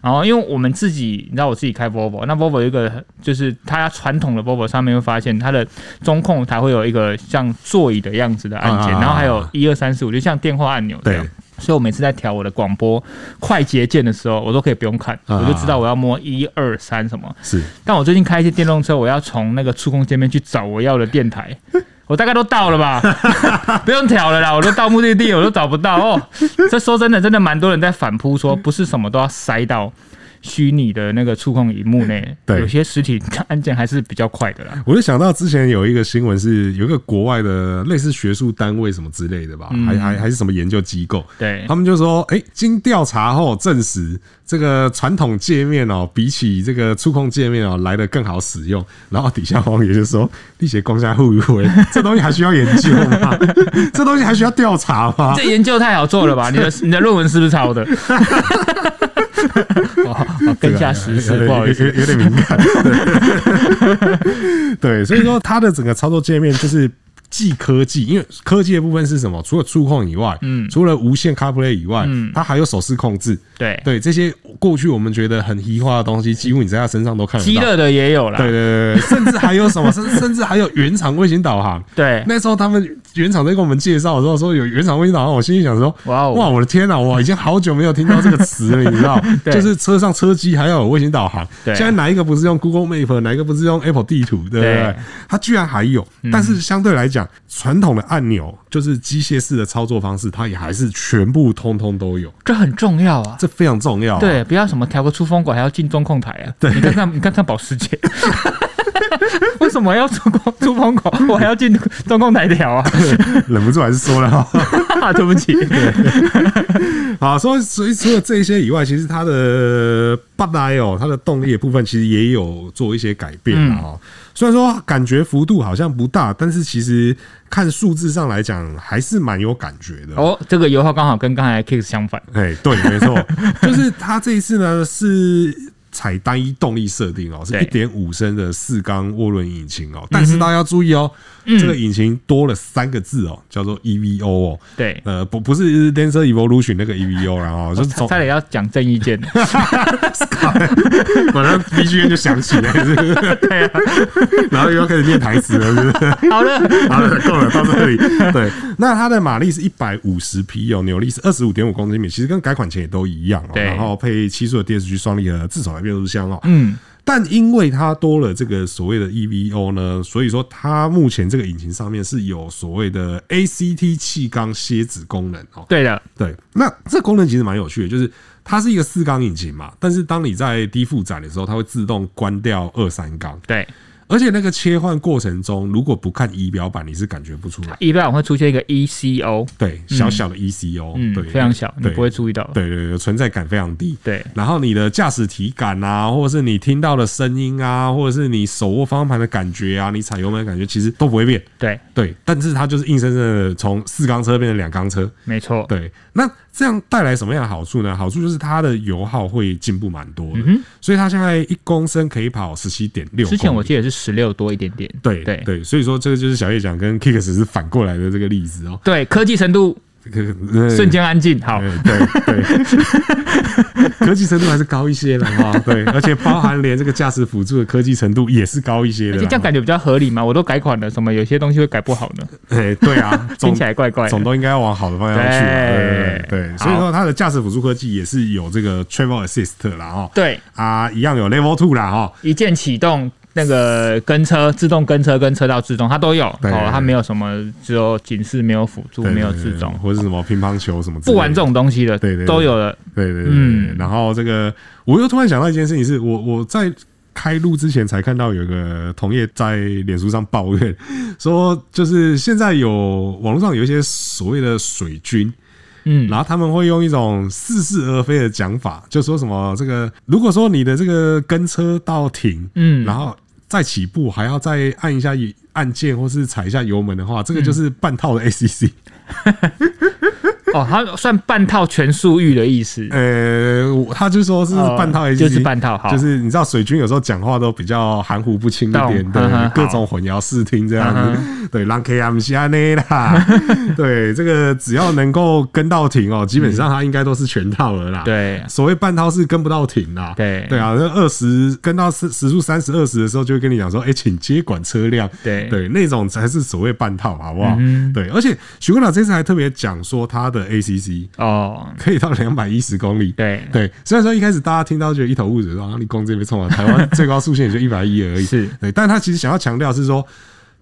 Speaker 2: 然后因为我们自己，你知道我自己开 Volvo，那 Volvo 有一个就是它传统的 Volvo 上面会发现它的中控它会有一个像座椅的样子的按
Speaker 1: 啊啊
Speaker 2: 键，
Speaker 1: 啊啊
Speaker 2: 然后还有一二三四五，就像电话按钮这样
Speaker 1: 对。
Speaker 2: 所以我每次在调我的广播快捷键的时候，我都可以不用看，
Speaker 1: 啊
Speaker 2: 我就知道我要摸一二三什么。
Speaker 1: 是
Speaker 2: 但我最近开一些电动车，我要从那个触控界面去找我要的电台， 我大概都到了吧， 不用调了啦，我都到目的地，我都找不到哦。这说真的，真的蛮多人在反扑说，不是什么都要塞到。虚拟的那个触控荧幕内，
Speaker 1: 对
Speaker 2: 有些实体按键还是比较快的啦。
Speaker 1: 我就想到之前有一个新闻是有一个国外的类似学术单位什么之类的吧，还还还是什么研究机构，
Speaker 2: 对
Speaker 1: 他们就说，哎、经调查后证实，这个传统界面哦、比起这个触控界面哦、来的更好使用。然后底下网友就说，力学攻下互为，这东西还需要研究吗？ 这东西还需要调查吗？
Speaker 2: 这研究太好做了吧？你的你的论文是不是抄的？哦，哦跟下时事，不好
Speaker 1: 嗯
Speaker 2: 意
Speaker 1: 有
Speaker 2: 思
Speaker 1: 有。有点敏感。对， 所以说它的整个操作界面就是。既科技，因为科技的部分是什么？除了触控以外，嗯，除了无线 CarPlay 以外，嗯，它还有手势控制，
Speaker 2: 对，
Speaker 1: 对这些过去我们觉得很移化的东西，几乎你在他身上都看得
Speaker 2: 饥
Speaker 1: 到。
Speaker 2: 饿的也有啦。
Speaker 1: 对对对对，对甚至还有什么，甚甚至还有原厂卫星导航。
Speaker 2: 对，
Speaker 1: 那时候他们原厂在跟我们介绍的时候说有原厂卫星导航，我心里想说，
Speaker 2: 哇哦
Speaker 1: 哇，我的天哪、我已经好久没有听到这个词了，你知道？
Speaker 2: 对
Speaker 1: 就是车上车机还要有卫星导航。
Speaker 2: 对
Speaker 1: 现在哪一个不是用 Google Map，哪一个不是用 Apple 地图，对不对
Speaker 2: 对？嗯
Speaker 1: 它居然还有，但是相对来讲，传统的按钮就是机械式的操作方式，它也还是全部通通都有，
Speaker 2: 这很重要啊。
Speaker 1: 这非常重要啊、
Speaker 2: 对，不要什么调个出风口还要进中控台啊！对，你看看，你看看保时捷， 为什么要出风出风口，我还要进中控台调啊？
Speaker 1: 忍不住还是说了哈。
Speaker 2: 对不起，
Speaker 1: 好，所以所以除了这些以外，其实它的八来哦，它的动力的部分其实也有做一些改变啊、
Speaker 2: 嗯
Speaker 1: 哦。虽然说感觉幅度好像不大，但是其实看数字上来讲，还是蛮有感觉的。
Speaker 2: 哦，这个油耗刚好跟刚才 Kicks 相反，
Speaker 1: 哎，对，没 错，就是它这一次呢是采单一动力设定哦，是一
Speaker 2: 对嗯
Speaker 1: 点五升的四缸涡轮引擎哦，但是大家要注意哦，这个引擎多了三个字哦，叫做 EVO 哦，
Speaker 2: 对，
Speaker 1: 呃，不不是 Lancer Evolution 那个 E EVO，然后哦就是
Speaker 2: 差
Speaker 1: 从
Speaker 2: 差点要讲正 义见，
Speaker 1: 马上 B G M 就响起来，是不 是？
Speaker 2: 对啊，
Speaker 1: 然后又要开始念台词了，是不是？
Speaker 2: 好了，
Speaker 1: 好了，够了，到这 里。对，那它的马力是一百五十匹哦，扭力是二十五点五公斤米，其实跟改款前也都一样哦。
Speaker 2: 对
Speaker 1: 然后配七速的 DSG 双离合自手排变速箱哦。
Speaker 2: 嗯，
Speaker 1: 但因为它多了这个所谓的 EVO 呢，所以说它目前这个引擎上面是有所谓的 ACT 气缸蝎子功能哦。
Speaker 2: 对的，
Speaker 1: 对，那这功能其实蛮有趣的，就是它是一个四缸引擎嘛，但是当你在低负载的时候，它会自动关掉二三缸，
Speaker 2: 对，
Speaker 1: 而且那个切换过程中，如果不看仪表板，你是感觉不出来。
Speaker 2: 一般我会出现一个 ECO，
Speaker 1: 对，小小的 ECO，、
Speaker 2: 嗯
Speaker 1: 对，，
Speaker 2: 非常小，你
Speaker 1: 对
Speaker 2: 不会注意到，
Speaker 1: 对对对，存在感非常低。
Speaker 2: 对
Speaker 1: 然后你的驾驶体感啊，或者是你听到的声音啊，或者是你手握方向盘的感觉啊，你踩油门的感觉，其实都不会变。
Speaker 2: 对，
Speaker 1: 对，但是它就是硬生生的从四缸车变成两缸车。
Speaker 2: 没错，
Speaker 1: 对，那这样带来什么样的好处呢？好处就是它的油耗会进步蛮多的，所以它现在一公升可以跑十七点六。
Speaker 2: 之前我记得是嗯十六多一点点，
Speaker 1: 对
Speaker 2: 对
Speaker 1: 对，所以说这个就是小叶讲跟 Kicks 是反过来的这个例子哦。
Speaker 2: 对，科技程度
Speaker 1: 瞬
Speaker 2: 瞬间安静。好，
Speaker 1: 呃对对， 科技程度还是高一些的哈。对，而且包含连这个驾驶辅助的科技程度也是高一些
Speaker 2: 而
Speaker 1: 的
Speaker 2: 且
Speaker 1: 啦。
Speaker 2: 这样感觉比较合理嘛？我都改款了，什么有些东西会改不好呢？
Speaker 1: 哎，对啊，总
Speaker 2: 听起来怪怪的
Speaker 1: 总。都应该往好的方向去嘛。对
Speaker 2: 对
Speaker 1: 对对，
Speaker 2: 好
Speaker 1: 所以说它的驾驶辅助科技也是有这个 Travel Assist 啦哈。
Speaker 2: 对，
Speaker 1: 啊，一样有 Level Two 啦哈。
Speaker 2: 一键启动。那个跟车、自动跟车、跟车道自动，它都有
Speaker 1: 对
Speaker 2: 哦，它没有什么只有警示，没有辅助，
Speaker 1: 对
Speaker 2: 没有
Speaker 1: 对
Speaker 2: 自
Speaker 1: 对
Speaker 2: 动，
Speaker 1: 或者是什么乒乓球什么之类的
Speaker 2: 不玩这种东西的，
Speaker 1: 对对对
Speaker 2: 都有了。
Speaker 1: 对对对对，
Speaker 2: 嗯
Speaker 1: 然后这个我又突然想到一件事情是，我我在开录之前才看到有个同业在脸书上抱怨说，就是现在有网络上有一些所谓的水军，
Speaker 2: 嗯，
Speaker 1: 然后他们会用一种似是而非的讲法，就说什么这个如果说你的这个跟车到停，
Speaker 2: 嗯
Speaker 1: 然后再起步还要再按一下按键或是踩一下油门的话，这
Speaker 2: 嗯
Speaker 1: 个就是半套的 ACC。
Speaker 2: 哦，它算半套全速域的意思。
Speaker 1: 呃，我他就 说是
Speaker 2: 哦
Speaker 1: 半套 A
Speaker 2: 就是半套好
Speaker 1: 就是你知道水军有时候讲话都比较含糊不清一点，
Speaker 2: 懂
Speaker 1: 对
Speaker 2: 嗯哼，
Speaker 1: 各种混淆视听这样
Speaker 2: 嗯
Speaker 1: 子，对，让 K M 下内 啦，对，这个只要能够跟到停哦，基本上他应该都是全套了啦，。
Speaker 2: 对，
Speaker 1: 所谓半套是跟不到停啦，
Speaker 2: 对
Speaker 1: 对啊，那二十跟到时时速三十二十的时候，就会跟你讲说，哎、请接管车辆，
Speaker 2: 对
Speaker 1: 对，那种才是所谓半套，好不好？
Speaker 2: 嗯
Speaker 1: 对，而且许冠朗这次还特别讲说他的 ACC，
Speaker 2: 哦，
Speaker 1: 可以到两百一十公里。
Speaker 2: 对
Speaker 1: 对，虽然说一开始大家听到觉得一头雾水，说啊，你公这边冲啊，台湾最高速限也就一百一而已。
Speaker 2: 是嗯
Speaker 1: 对，但他其实想要强调是说，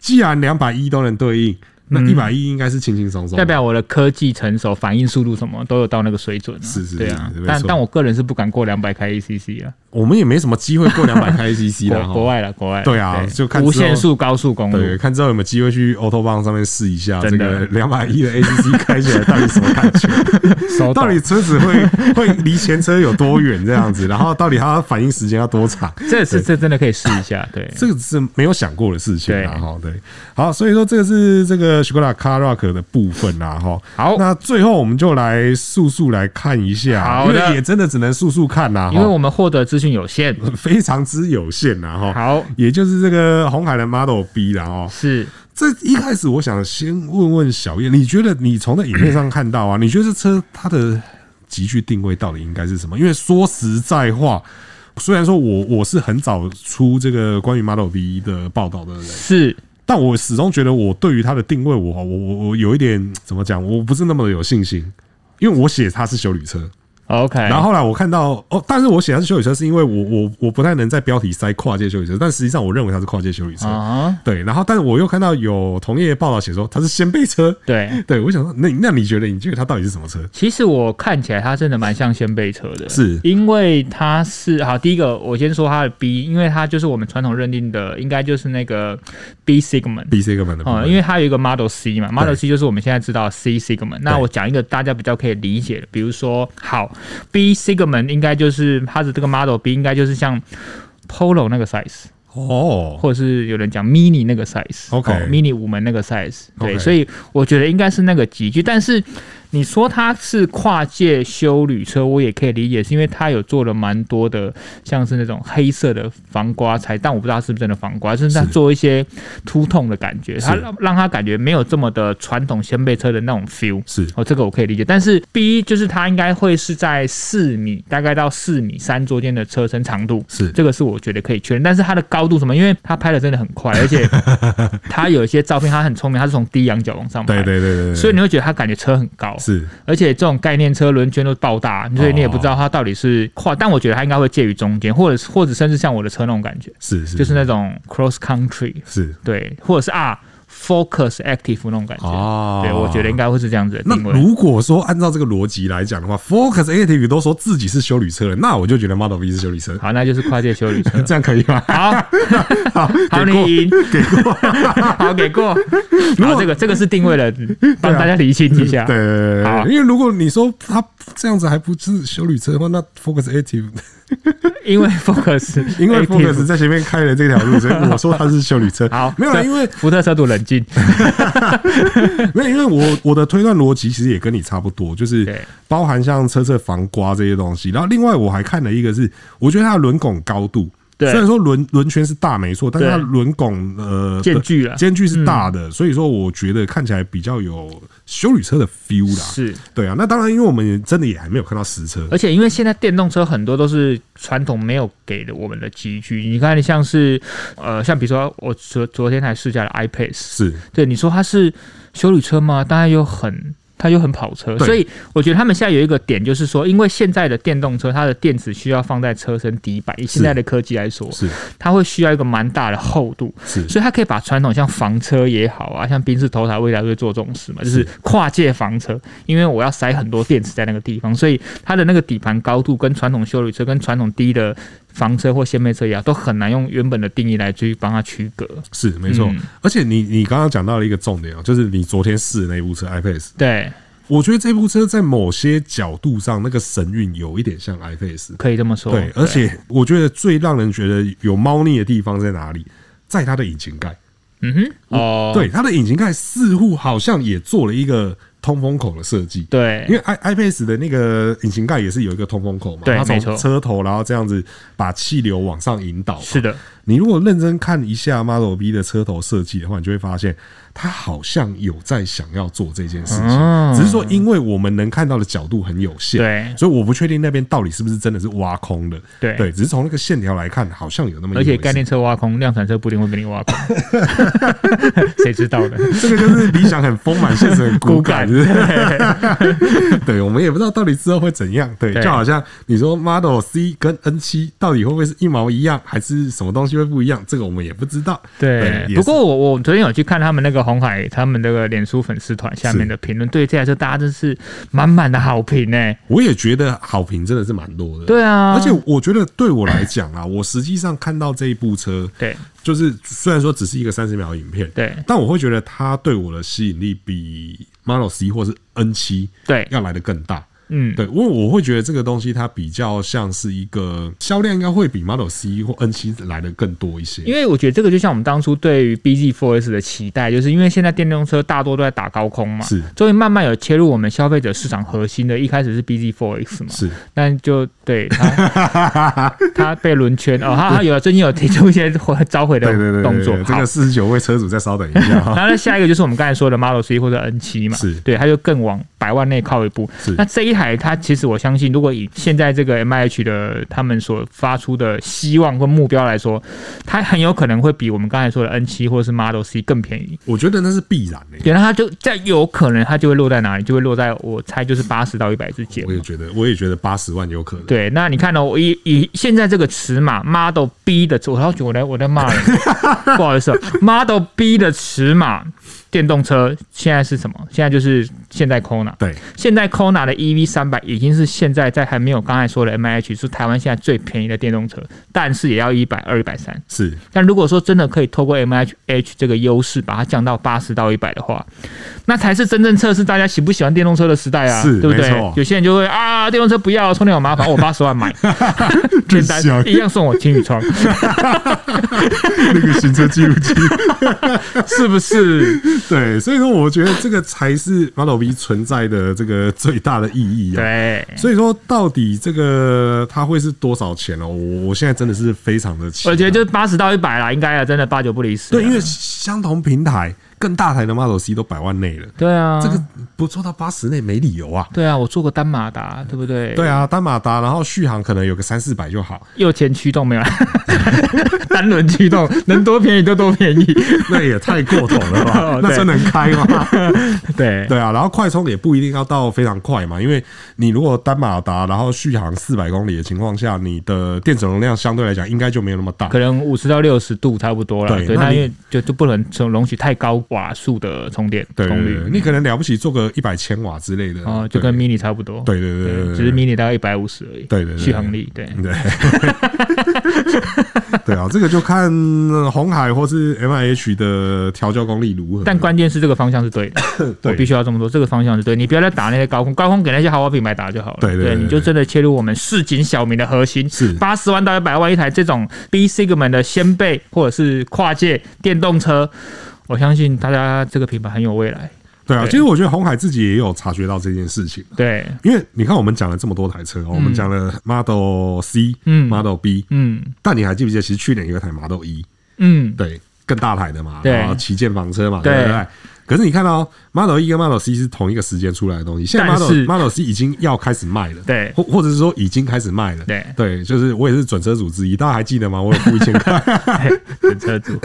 Speaker 1: 既然两百一都能对应，那一百一应该是轻轻松松的。
Speaker 2: 代表我的科技成熟，反应速度什么都有到那个水准了。
Speaker 1: 是是
Speaker 2: 对啊
Speaker 1: 是是没。
Speaker 2: 但
Speaker 1: 错
Speaker 2: 但我个人是不敢过两百开 ACC 啊，
Speaker 1: 我们也没什么机 会过两百开 CC
Speaker 2: 国
Speaker 1: 了。
Speaker 2: 国
Speaker 1: 哈
Speaker 2: 外了，国外啦
Speaker 1: 哦对啊就看之后
Speaker 2: 无限速高速公
Speaker 1: 对，
Speaker 2: 路。
Speaker 1: 看之后有没有机会去 Auto b a n 上面试一下这
Speaker 2: 真
Speaker 1: 个
Speaker 2: 的
Speaker 1: 两百 一的 ACC 开起来到底什么感觉？
Speaker 2: 收
Speaker 1: 到
Speaker 2: 到
Speaker 1: 底车子会会离前车有多远这样子？然后到底它反应时间要多长？
Speaker 2: 这是这真的可以试一下，对，
Speaker 1: 这个是没有想过的事情啊，
Speaker 2: 对
Speaker 1: 哈，对，好，所以说这个是这个 s h i k o d a Car Rock 的部分啊，哈，
Speaker 2: 好
Speaker 1: 那最后我们就来速速来看一下，
Speaker 2: 好
Speaker 1: 因
Speaker 2: 的
Speaker 1: 为也真的只能速速看呐、
Speaker 2: 因为
Speaker 1: 哈，
Speaker 2: 我们获得资讯有限。
Speaker 1: 非常之有限呐、哈，
Speaker 2: 好，
Speaker 1: 也就是这个红海的 Model B 啦，哦，
Speaker 2: 是
Speaker 1: 这一开始我想先问问小叶，你觉得你从那影片上看到啊，你觉得这车它的极具定位到底应该是什么？因为说实在话。虽然说我我是很早出这个关于 Model B 的报道的人，
Speaker 2: 是，
Speaker 1: 但我始终觉得我对于它的定位我，我我我有一点怎么讲，我不是那么的有信心，因为我写它是修旅车，
Speaker 2: OK，
Speaker 1: 然后后来我看到哦，但是我写它是修旅车，是因为我我我不太能在标题塞跨界修旅车，但实际上我认为它是跨界修旅车，
Speaker 2: 啊，
Speaker 1: 对，然后但是我又看到有同业报道写说它是掀背车，
Speaker 2: 对，
Speaker 1: 对我想说，那那你觉得你觉得它到底是什么车？
Speaker 2: 其实我看起来它真的蛮像掀背车的，
Speaker 1: 是
Speaker 2: 因为它是好第一个，我先说它的 B，因为它就是我们传统认定的，应该就是那个 B segment。
Speaker 1: B C 个版的部
Speaker 2: 哦、
Speaker 1: 分，
Speaker 2: 因为它有一个 Model C 嘛
Speaker 1: 对
Speaker 2: ，Model C 就是我们现在知道的 C segment。那
Speaker 1: 对
Speaker 2: 我讲一个大家比较可以理解的，比如说，好，B segment 应该就是它的这个 Model B 应该就是像 Polo 那个 size，
Speaker 1: 哦，
Speaker 2: 或者是有人讲 mini 那个 size，
Speaker 1: OK
Speaker 2: 哦 mini 五门那个 size，对
Speaker 1: OK
Speaker 2: 所以我觉得应该是那个集聚。但是你说它是跨界修旅车，我也可以理解，是因为它有做了蛮多的，像是那种黑色的防刮材，但我不知道它是不是真的防刮，就是它
Speaker 1: 是
Speaker 2: 做一些突痛的感觉，它
Speaker 1: 是
Speaker 2: 让让它感觉没有这么的传统掀背车的那种 feel。
Speaker 1: 是
Speaker 2: 哦，这个我可以理解，但是 B 就是它应该会是在四米，大概到四米三中间的车身长度，
Speaker 1: 是
Speaker 2: 这个是我觉得可以确认，但是它的高度什么？因为它拍的真的很快，而 且它有一些照片，它很聪明，它是从低仰角往上拍，
Speaker 1: 对对对对对，
Speaker 2: 所以你会觉得它感觉车很高，
Speaker 1: 是
Speaker 2: 而且这种概念车轮圈都爆大，所以你也不
Speaker 1: 哦
Speaker 2: 知道它到底是跨，但我觉得它应该会介于中间，或者或者甚至像我的车那种感觉，
Speaker 1: 是是
Speaker 2: 就是那种 cross country，
Speaker 1: 是
Speaker 2: 对，或者是啊 focus active 那种感觉，
Speaker 1: 哦
Speaker 2: 对我觉得应该会是这样子的
Speaker 1: 那
Speaker 2: 定位。
Speaker 1: 如果说按照这个逻辑来讲的话，Focus ATV 都说自己是修理车了，那我就觉得 Model V 是修理车，。
Speaker 2: 好，那就是跨界修理车
Speaker 1: 这样可以吗？
Speaker 2: 好，好，
Speaker 1: 给过
Speaker 2: 你赢， 给过，好，给过。然后这个这个是定位了，帮大家理清一下。
Speaker 1: 对，啊
Speaker 2: 好
Speaker 1: 因为如果你说他这样子还不是修理车的话，那 Focus ATV
Speaker 2: 因为 Focus，
Speaker 1: 因为
Speaker 2: ATV
Speaker 1: Focus 在前面开了这条路，所以我说它是修理车。
Speaker 2: 好，
Speaker 1: 没有啦，
Speaker 2: 这
Speaker 1: 因为
Speaker 2: 福特车主冷静。
Speaker 1: 没有，因为我我的推断逻辑其实也跟你差不多，就是
Speaker 2: 对
Speaker 1: 包含像车侧防刮这些东西。然后另外我还看了一个是，我觉得它的轮拱高度。
Speaker 2: 对
Speaker 1: 虽然说轮轮圈是大没错，但是它
Speaker 2: 对
Speaker 1: 轮拱呃
Speaker 2: 间 距啊嗯了
Speaker 1: 间距是大的，所以说我觉得看起来比较有修理车的 feel 啦。
Speaker 2: 是，
Speaker 1: 对啊，那当然，因为我们也真的也还没有看到实车，
Speaker 2: 而且因为现在电动车很多都是传统没有给的我们的集聚，你看像是呃，像比如说我昨昨天还试驾了 iPace，
Speaker 1: 是
Speaker 2: 对你说它是修理车吗？当然又很。它又很跑车，
Speaker 1: 对
Speaker 2: 所以我觉得他们现在有一个点，就是说，因为现在的电动车，它的电池需要放在车身底板，以现在的科技来说，
Speaker 1: 是
Speaker 2: 它会需要一个蛮大的厚度，
Speaker 1: 是
Speaker 2: 所以它可以把传统像房车也好啊，像宾士、头台未来会做这种事嘛，就是跨界房车，因为我要塞很多电池在那个地方，所以它的那个底盘高度跟传统修理车跟传统低的房车或掀背车一样，都很难用原本的定义来去帮它区隔。
Speaker 1: 是，没错
Speaker 2: 嗯。
Speaker 1: 而且你你刚刚讲到了一个重点哦，就是你昨天试的那部车 iPace，
Speaker 2: 对，
Speaker 1: 我觉得这部车在某些角度上那个神韵有一点像 iPace，
Speaker 2: 可以这么说。
Speaker 1: 对，而且我觉得最让人觉得有猫腻的地方在哪里，在它的引擎盖。
Speaker 2: 嗯哼，哦，
Speaker 1: 对，它的引擎盖似乎好像也做了一个通风口的设计。
Speaker 2: 对
Speaker 1: 因为 i iPace 的那个引擎盖也是有一个通风口嘛，
Speaker 2: 对
Speaker 1: 它
Speaker 2: 没
Speaker 1: 从
Speaker 2: 错
Speaker 1: 车头然后这样子把气流往上引导。
Speaker 2: 是的，
Speaker 1: 你如果认真看一下 Model B 的车头设计的话，你就会发现它好像有在想要做这件事情，
Speaker 2: 哦
Speaker 1: 只是说因为我们能看到的角度很有限，
Speaker 2: 对
Speaker 1: 所以我不确定那边到底是不是真的是挖空的，
Speaker 2: 对
Speaker 1: 对，只是从那个线条来看，好像有那么一
Speaker 2: 而
Speaker 1: 回事，
Speaker 2: 且概念车挖空，量产车不一定会被你挖 空，谁知道呢？
Speaker 1: 这个就是理想很丰满，现实很骨感，
Speaker 2: 骨
Speaker 1: 就是 对，我们也不知道到底之后会怎样。对，
Speaker 2: 对
Speaker 1: 就好像你说 Model C 跟 N 七到底会不会是一毛一样，还是什么东西会不一样？这个我们也不知道。
Speaker 2: 对，
Speaker 1: 也是
Speaker 2: 不过我我昨天有去看他们那个红海他们那个脸书粉丝团下面的评论，对这台车大家真是满满的好评呢、
Speaker 1: 我也觉得好评真的是蛮多的。
Speaker 2: 对啊，
Speaker 1: 而且我觉得对我来讲啊， 我实际上看到这一部车，
Speaker 2: 对
Speaker 1: 就是虽然说只是一个三十秒影片，
Speaker 2: 对
Speaker 1: 但我会觉得它对我的吸引力比 Model C 或是 N 七
Speaker 2: 对，
Speaker 1: 要来的更大。
Speaker 2: 嗯，
Speaker 1: 对，因为我会觉得这个东西它比较像是一个销量应该会比 Model C 或 N 七来的更多一些。
Speaker 2: 因为我觉得这个就像我们当初对于 BZ4S 的期待，就是因为现在电动车大多都在打高空嘛，
Speaker 1: 是
Speaker 2: 终于慢慢有切入我们消费者市场核心的，一开始是 BZ4X 嘛，
Speaker 1: 是
Speaker 2: 但就对它 它被轮圈哦，它它有了最近有提出一些回召回的
Speaker 1: 对对对对
Speaker 2: 动作，
Speaker 1: 对这
Speaker 2: 好
Speaker 1: 个四十九位车主再稍等一 下哈。
Speaker 2: 然后呢，下一个就是我们刚才说的 Model C 或者 N 七嘛，
Speaker 1: 是
Speaker 2: 对，它就更往百万内靠一步
Speaker 1: 是。
Speaker 2: 那这一台它其实我相信，如果以现在这个 M I H 的他们所发出的希望或目标来说，它很有可能会比我们刚才说的 N 七或是 Model C 更便宜。
Speaker 1: 我觉得那是必然的、
Speaker 2: 对，那它就再有可能它就会落在哪里，就会落在我猜就是八十到一百之间
Speaker 1: 我。也觉得，我也觉得八十万有可能。
Speaker 2: 对，那你看呢、我以以现在这个尺码 Model B 的，我要我在我在 骂人，不好意思、哦、，Model B 的尺码电动车现在是什么？现在就是现代 Kona，
Speaker 1: 对
Speaker 2: 现代 Kona 的 EV 三百已经是现在在还没有刚才说的 M I H 是台湾现在最便宜的电动车，但是也要一百二、一百三。
Speaker 1: 是
Speaker 2: 但如果说真的可以透过 M H H 这个优势把它降到八十到一百的话，那才是真正测试大家喜不喜欢电动车的时代啊，
Speaker 1: 是
Speaker 2: 对不对
Speaker 1: 没错？
Speaker 2: 有些人就会啊，电动车不要，充电好麻烦，我哦八十万买， 简单
Speaker 1: 香
Speaker 2: 一样送我情侣 窗，
Speaker 1: 那个行车记录器。
Speaker 2: 是不是？
Speaker 1: 对，所以说我觉得这个才是 Model B 存在的这个最大的意义啊。
Speaker 2: 对，
Speaker 1: 所以说，到底这个它会是多少钱哦？我我现在真的是非常的期待。
Speaker 2: 我觉得就是八十到一百啦，应该啊，真的八九不离十啊。
Speaker 1: 对，因为相同平台更大台的 Model C 都百万内了，
Speaker 2: 对啊，
Speaker 1: 这个不做到八十内没理由啊。
Speaker 2: 对啊，我做过单马达，对不对？
Speaker 1: 对，啊，单马达，然后续航可能有个三四百就好，
Speaker 2: 右前驱动没有啦， 单轮驱动能多便宜就多便宜。
Speaker 1: 那也太过头了吧
Speaker 2: 哦？
Speaker 1: 那
Speaker 2: 对
Speaker 1: 真能开吗？
Speaker 2: 对
Speaker 1: 对啊，然后快充也不一定要到非常快嘛，因为你如果单马达，然后续航四百公里的情况下，你的电池容量相对来讲应该就没有那么大
Speaker 2: 可。能五十到六十度差不多了。
Speaker 1: 对
Speaker 2: 对，
Speaker 1: 那
Speaker 2: 那
Speaker 1: 你
Speaker 2: 因为就就不能容容许太高瓦数的充电
Speaker 1: 对
Speaker 2: 功
Speaker 1: 对对，
Speaker 2: 率，
Speaker 1: 你可能了不起做个一百千瓦之类的
Speaker 2: 哦，就跟 mini 差不多。
Speaker 1: 对对对对对
Speaker 2: 只是 mini 大概一百五十而已。
Speaker 1: 对对对
Speaker 2: 续航力对。
Speaker 1: 对，对 啊，这个就看呃红海或是 M I H 的调教功力如何。
Speaker 2: 但关键是这个方向是对的，我
Speaker 1: 对
Speaker 2: 必须要这么说，这个方向是对，你不要再打那些高空，高空给那些豪华品牌打就好了。
Speaker 1: 对对对对
Speaker 2: 你就真的切入我们市井小民的核心，
Speaker 1: 是
Speaker 2: 八十万到一百万一台这种 B segment 的先辈或者是跨界电动车，我相信大家这个品牌很有未来。
Speaker 1: 对啊，
Speaker 2: 对
Speaker 1: 其实我觉得红海自己也有察觉到这件事情，
Speaker 2: 对，
Speaker 1: 因为你看我们讲了这么多台车哦，我们讲了 Model C，
Speaker 2: 嗯
Speaker 1: ，Model B，
Speaker 2: 嗯
Speaker 1: 但你还记不记得，其实去年有一台 Model 一，
Speaker 2: 嗯，
Speaker 1: 对，更大台的嘛，
Speaker 2: 对
Speaker 1: 然后旗舰房车嘛，
Speaker 2: 对
Speaker 1: 对不对？可是你看到 Model 一跟 Model C 是同一个时间出来的东西，现在
Speaker 2: 但
Speaker 1: Model
Speaker 2: 是
Speaker 1: Model C 已经要开始卖了，
Speaker 2: 对
Speaker 1: 或或者是说已经开始卖了，
Speaker 2: 对
Speaker 1: 对，就是我也是准车主之一，大家还记得吗？我有付一千 块，
Speaker 2: 对车主，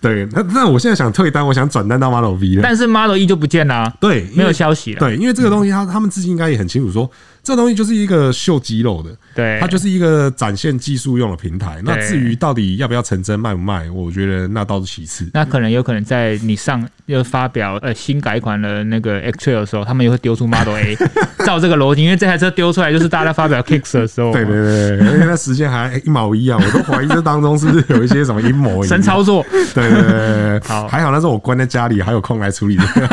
Speaker 1: 对，那那我现在想退单，我想转单到 Model V 了，
Speaker 2: 但是 Model E 一就不见啦，
Speaker 1: 对，因为
Speaker 2: 没有嗯消息了，
Speaker 1: 对，因为这个东西他他们自己应该也很清楚说这东西就是一个秀肌肉的，
Speaker 2: 对，
Speaker 1: 它就是一个展现技术用的平台。那
Speaker 2: 对
Speaker 1: 至于到底要不要成真卖不卖，我觉得那倒是其次。
Speaker 2: 那可能有可能在你上又发表呃新改款的那个 X Trail 的时候，他们也会丢出 Model A，照这个逻辑， 因为这台车丢出来就是大家发表 Kicks 的时候嘛，
Speaker 1: 对对对，对而且那时间还一毛一样，我都怀疑这当中是不是有一些什么阴谋。
Speaker 2: 神操！作，
Speaker 1: 对对对对，对
Speaker 2: 好
Speaker 1: 还好那时候我关在家里，还有空来处理这个。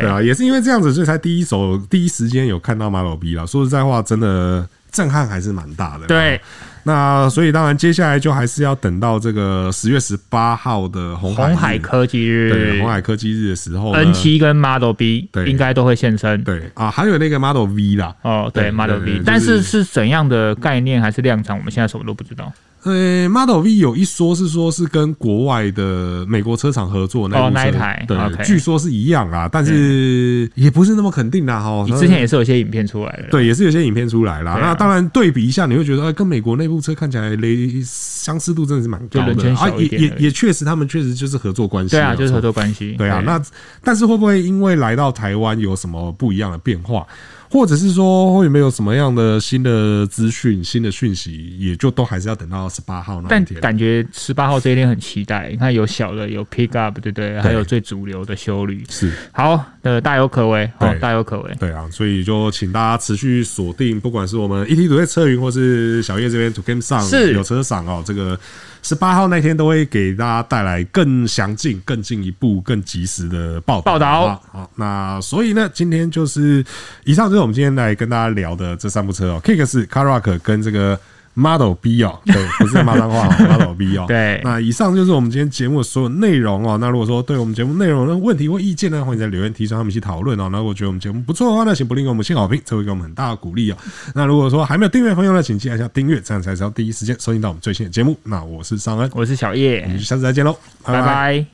Speaker 1: 对啊，也是因为这样子，所以才第一手第一时间有看到马老 B 啦。说实在话，真的震撼还是蛮大的。
Speaker 2: 对，
Speaker 1: 那所以当然接下来就还是要等到这个十月十八号的红海
Speaker 2: 红海
Speaker 1: 日
Speaker 2: 科技
Speaker 1: 对
Speaker 2: 日
Speaker 1: 红海科技日的时候呢
Speaker 2: ，N 七跟 Model B
Speaker 1: 对
Speaker 2: 应该都会现身。
Speaker 1: 对啊，还有那个 Model V 啦，
Speaker 2: 哦，对
Speaker 1: 对
Speaker 2: ，Model
Speaker 1: 对对
Speaker 2: B，
Speaker 1: 对
Speaker 2: 但
Speaker 1: 就是
Speaker 2: 是是怎样的概念还是量产，我们现在什么都不知道。
Speaker 1: 呃，Model V 有一说是说是跟国外的美国车厂合作那
Speaker 2: 哦
Speaker 1: 部
Speaker 2: 那一
Speaker 1: 车
Speaker 2: 台
Speaker 1: 对，
Speaker 2: OK
Speaker 1: 据说是一样啦，但是也不是那么肯定啦哈。
Speaker 2: 你之前也是有些影片出来的，
Speaker 1: 对，也是有些影片出来啦。
Speaker 2: 对啊
Speaker 1: 那当然对比一下，你会觉得，哎，跟美国那部车看起来雷相似度真的是蛮高
Speaker 2: 就人
Speaker 1: 的
Speaker 2: 权
Speaker 1: 啊
Speaker 2: 小，
Speaker 1: 也
Speaker 2: 一点
Speaker 1: 也
Speaker 2: 而已
Speaker 1: 也确实，他们确实就是合作关系，
Speaker 2: 对啊，
Speaker 1: 没有
Speaker 2: 就是
Speaker 1: 错
Speaker 2: 合作关系。
Speaker 1: 对啊，那但是会不会因为来到台湾有什么不一样的变化，或者是说会有没有什么样的新的资讯、新的讯息，也就都还是要等到十八号那一
Speaker 2: 但
Speaker 1: 天。
Speaker 2: 感觉十八号这一天很期待，你看有小的，有 pickup，对不对？还有最主流的修旅，
Speaker 1: 是
Speaker 2: 好，呃，大有可为，好，
Speaker 1: 对
Speaker 2: 大有可为。
Speaker 1: 对啊，所以就请大家持续锁定，不管是我们 E ET 组在车云，或是小叶这边 To Game 上
Speaker 2: 是
Speaker 1: 有车赏哦。这个十八号那天都会给大家带来更详尽、更进一步、更及时的报
Speaker 2: 报道
Speaker 1: 好不好，好那所以呢，今天就是以上就是我们今天来跟大家聊的这三部车哦，Kick 是 Carac 跟这个。Model B 哦，对，不是马脏话 哦，Model B 哦，
Speaker 2: 对
Speaker 1: 那以上就是我们今天节目的所有内容哦。那如果说对我们节目内容的问题或意见呢，欢迎在留言提出，让我们一起讨论哦。那如果觉得我们节目不错的话呢，请不吝给我们新好评，这会给我们很大的鼓励哦。那如果说还没有订阅的朋友呢，请记得按下订阅，这样才是要第一时间收听到我们最新的节目。那我是尚恩，我
Speaker 2: 我是小叶，
Speaker 1: 们下次再见喽，
Speaker 2: 拜
Speaker 1: 拜
Speaker 2: 拜